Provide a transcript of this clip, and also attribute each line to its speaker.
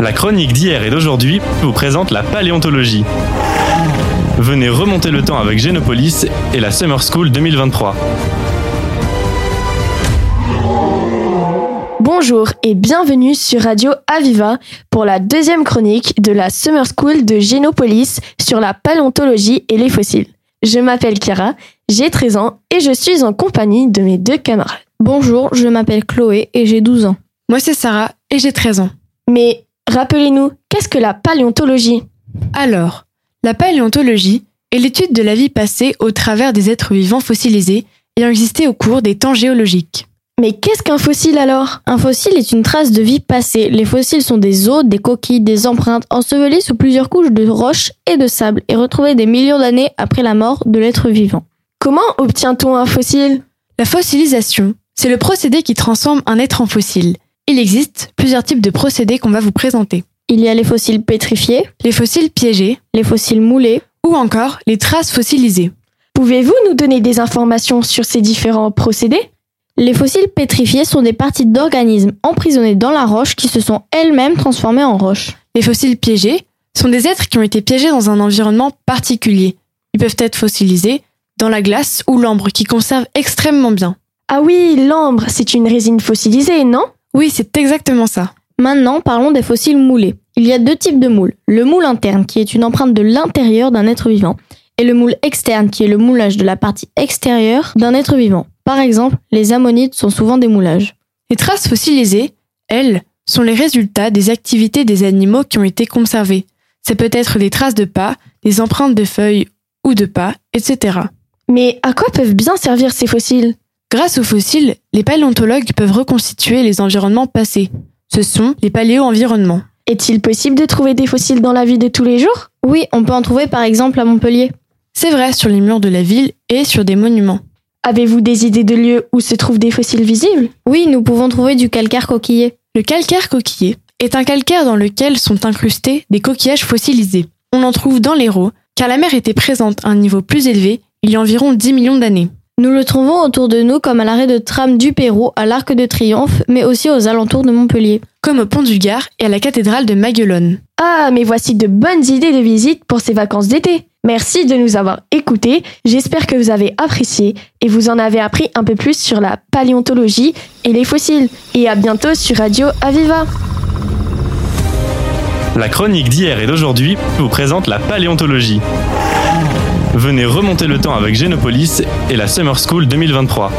Speaker 1: La chronique d'hier et d'aujourd'hui vous présente la paléontologie. Venez remonter le temps avec Génopolis et la Summer School 2023.
Speaker 2: Bonjour et bienvenue sur Radio Aviva pour la deuxième chronique de la Summer School de Génopolis sur la paléontologie et les fossiles. Je m'appelle Chiara, j'ai 13 ans et je suis en compagnie de mes deux camarades.
Speaker 3: Bonjour, je m'appelle Chloé et j'ai 12 ans.
Speaker 4: Moi, c'est Sarah et j'ai 13 ans.
Speaker 2: Mais rappelez-nous, qu'est-ce que la paléontologie
Speaker 4: Alors, la paléontologie est l'étude de la vie passée au travers des êtres vivants fossilisés ayant existé au cours des temps géologiques.
Speaker 2: Mais qu'est-ce qu'un fossile alors
Speaker 3: Un fossile est une trace de vie passée. Les fossiles sont des os, des coquilles, des empreintes ensevelies sous plusieurs couches de roches et de sable et retrouvées des millions d'années après la mort de l'être vivant.
Speaker 2: Comment obtient-on un fossile
Speaker 4: La fossilisation, c'est le procédé qui transforme un être en fossile. Il existe plusieurs types de procédés qu'on va vous présenter.
Speaker 3: Il y a les fossiles pétrifiés,
Speaker 4: Les fossiles piégés
Speaker 3: les fossiles moulés.
Speaker 4: ou encore les traces fossilisées.
Speaker 2: Pouvez-vous nous donner des informations sur ces différents procédés
Speaker 3: Les fossiles pétrifiés sont des parties d'organismes emprisonnés dans la roche qui se sont elles-mêmes transformées en roche.
Speaker 4: Les fossiles piégés sont des êtres qui ont été piégés dans un environnement particulier. Ils peuvent être fossilisés dans la glace ou l'ambre qui conserve extrêmement bien.
Speaker 2: Ah oui, l'ambre, c'est une résine fossilisée, non
Speaker 4: Oui, c'est exactement ça.
Speaker 3: Maintenant, parlons des fossiles moulés. Il y a deux types de moules. Le moule interne, qui est une empreinte de l'intérieur d'un être vivant, et le moule externe, qui est le moulage de la partie extérieure d'un être vivant. Par exemple, les ammonites sont souvent des moulages.
Speaker 4: Les traces fossilisées, elles, sont les résultats des activités des animaux qui ont été conservés. Ça peut être des traces de pas, des empreintes de feuilles ou de pas, etc.
Speaker 2: Mais à quoi peuvent bien servir ces fossiles
Speaker 4: Grâce aux fossiles, les paléontologues peuvent reconstituer les environnements passés. Ce sont les paléo-environnements.
Speaker 2: Est-il possible de trouver des fossiles dans la vie de tous les jours
Speaker 3: Oui, on peut en trouver par exemple à Montpellier.
Speaker 4: C'est vrai sur les murs de la ville et sur des monuments.
Speaker 2: Avez-vous des idées de lieux où se trouvent des fossiles visibles
Speaker 3: Oui, nous pouvons trouver du calcaire coquillé.
Speaker 4: Le calcaire coquillé est un calcaire dans lequel sont incrustés des coquillages fossilisés. On en trouve dans les rots, car la mer était présente à un niveau plus élevé il y a environ 10 millions d'années.
Speaker 3: Nous le trouvons autour de nous comme à l'arrêt de tram du Pérou, à l'Arc de Triomphe, mais aussi aux alentours de Montpellier.
Speaker 4: comme au pont du Gard et à la cathédrale de Maguelone.
Speaker 2: Ah, mais voici de bonnes idées de visite pour ces vacances d'été. Merci de nous avoir écoutés, j'espère que vous avez apprécié et vous en avez appris un peu plus sur la paléontologie et les fossiles. Et à bientôt sur Radio Aviva.
Speaker 1: La chronique d'hier et d'aujourd'hui vous présente la paléontologie. Venez remonter le temps avec Génopolis et la Summer School 2023.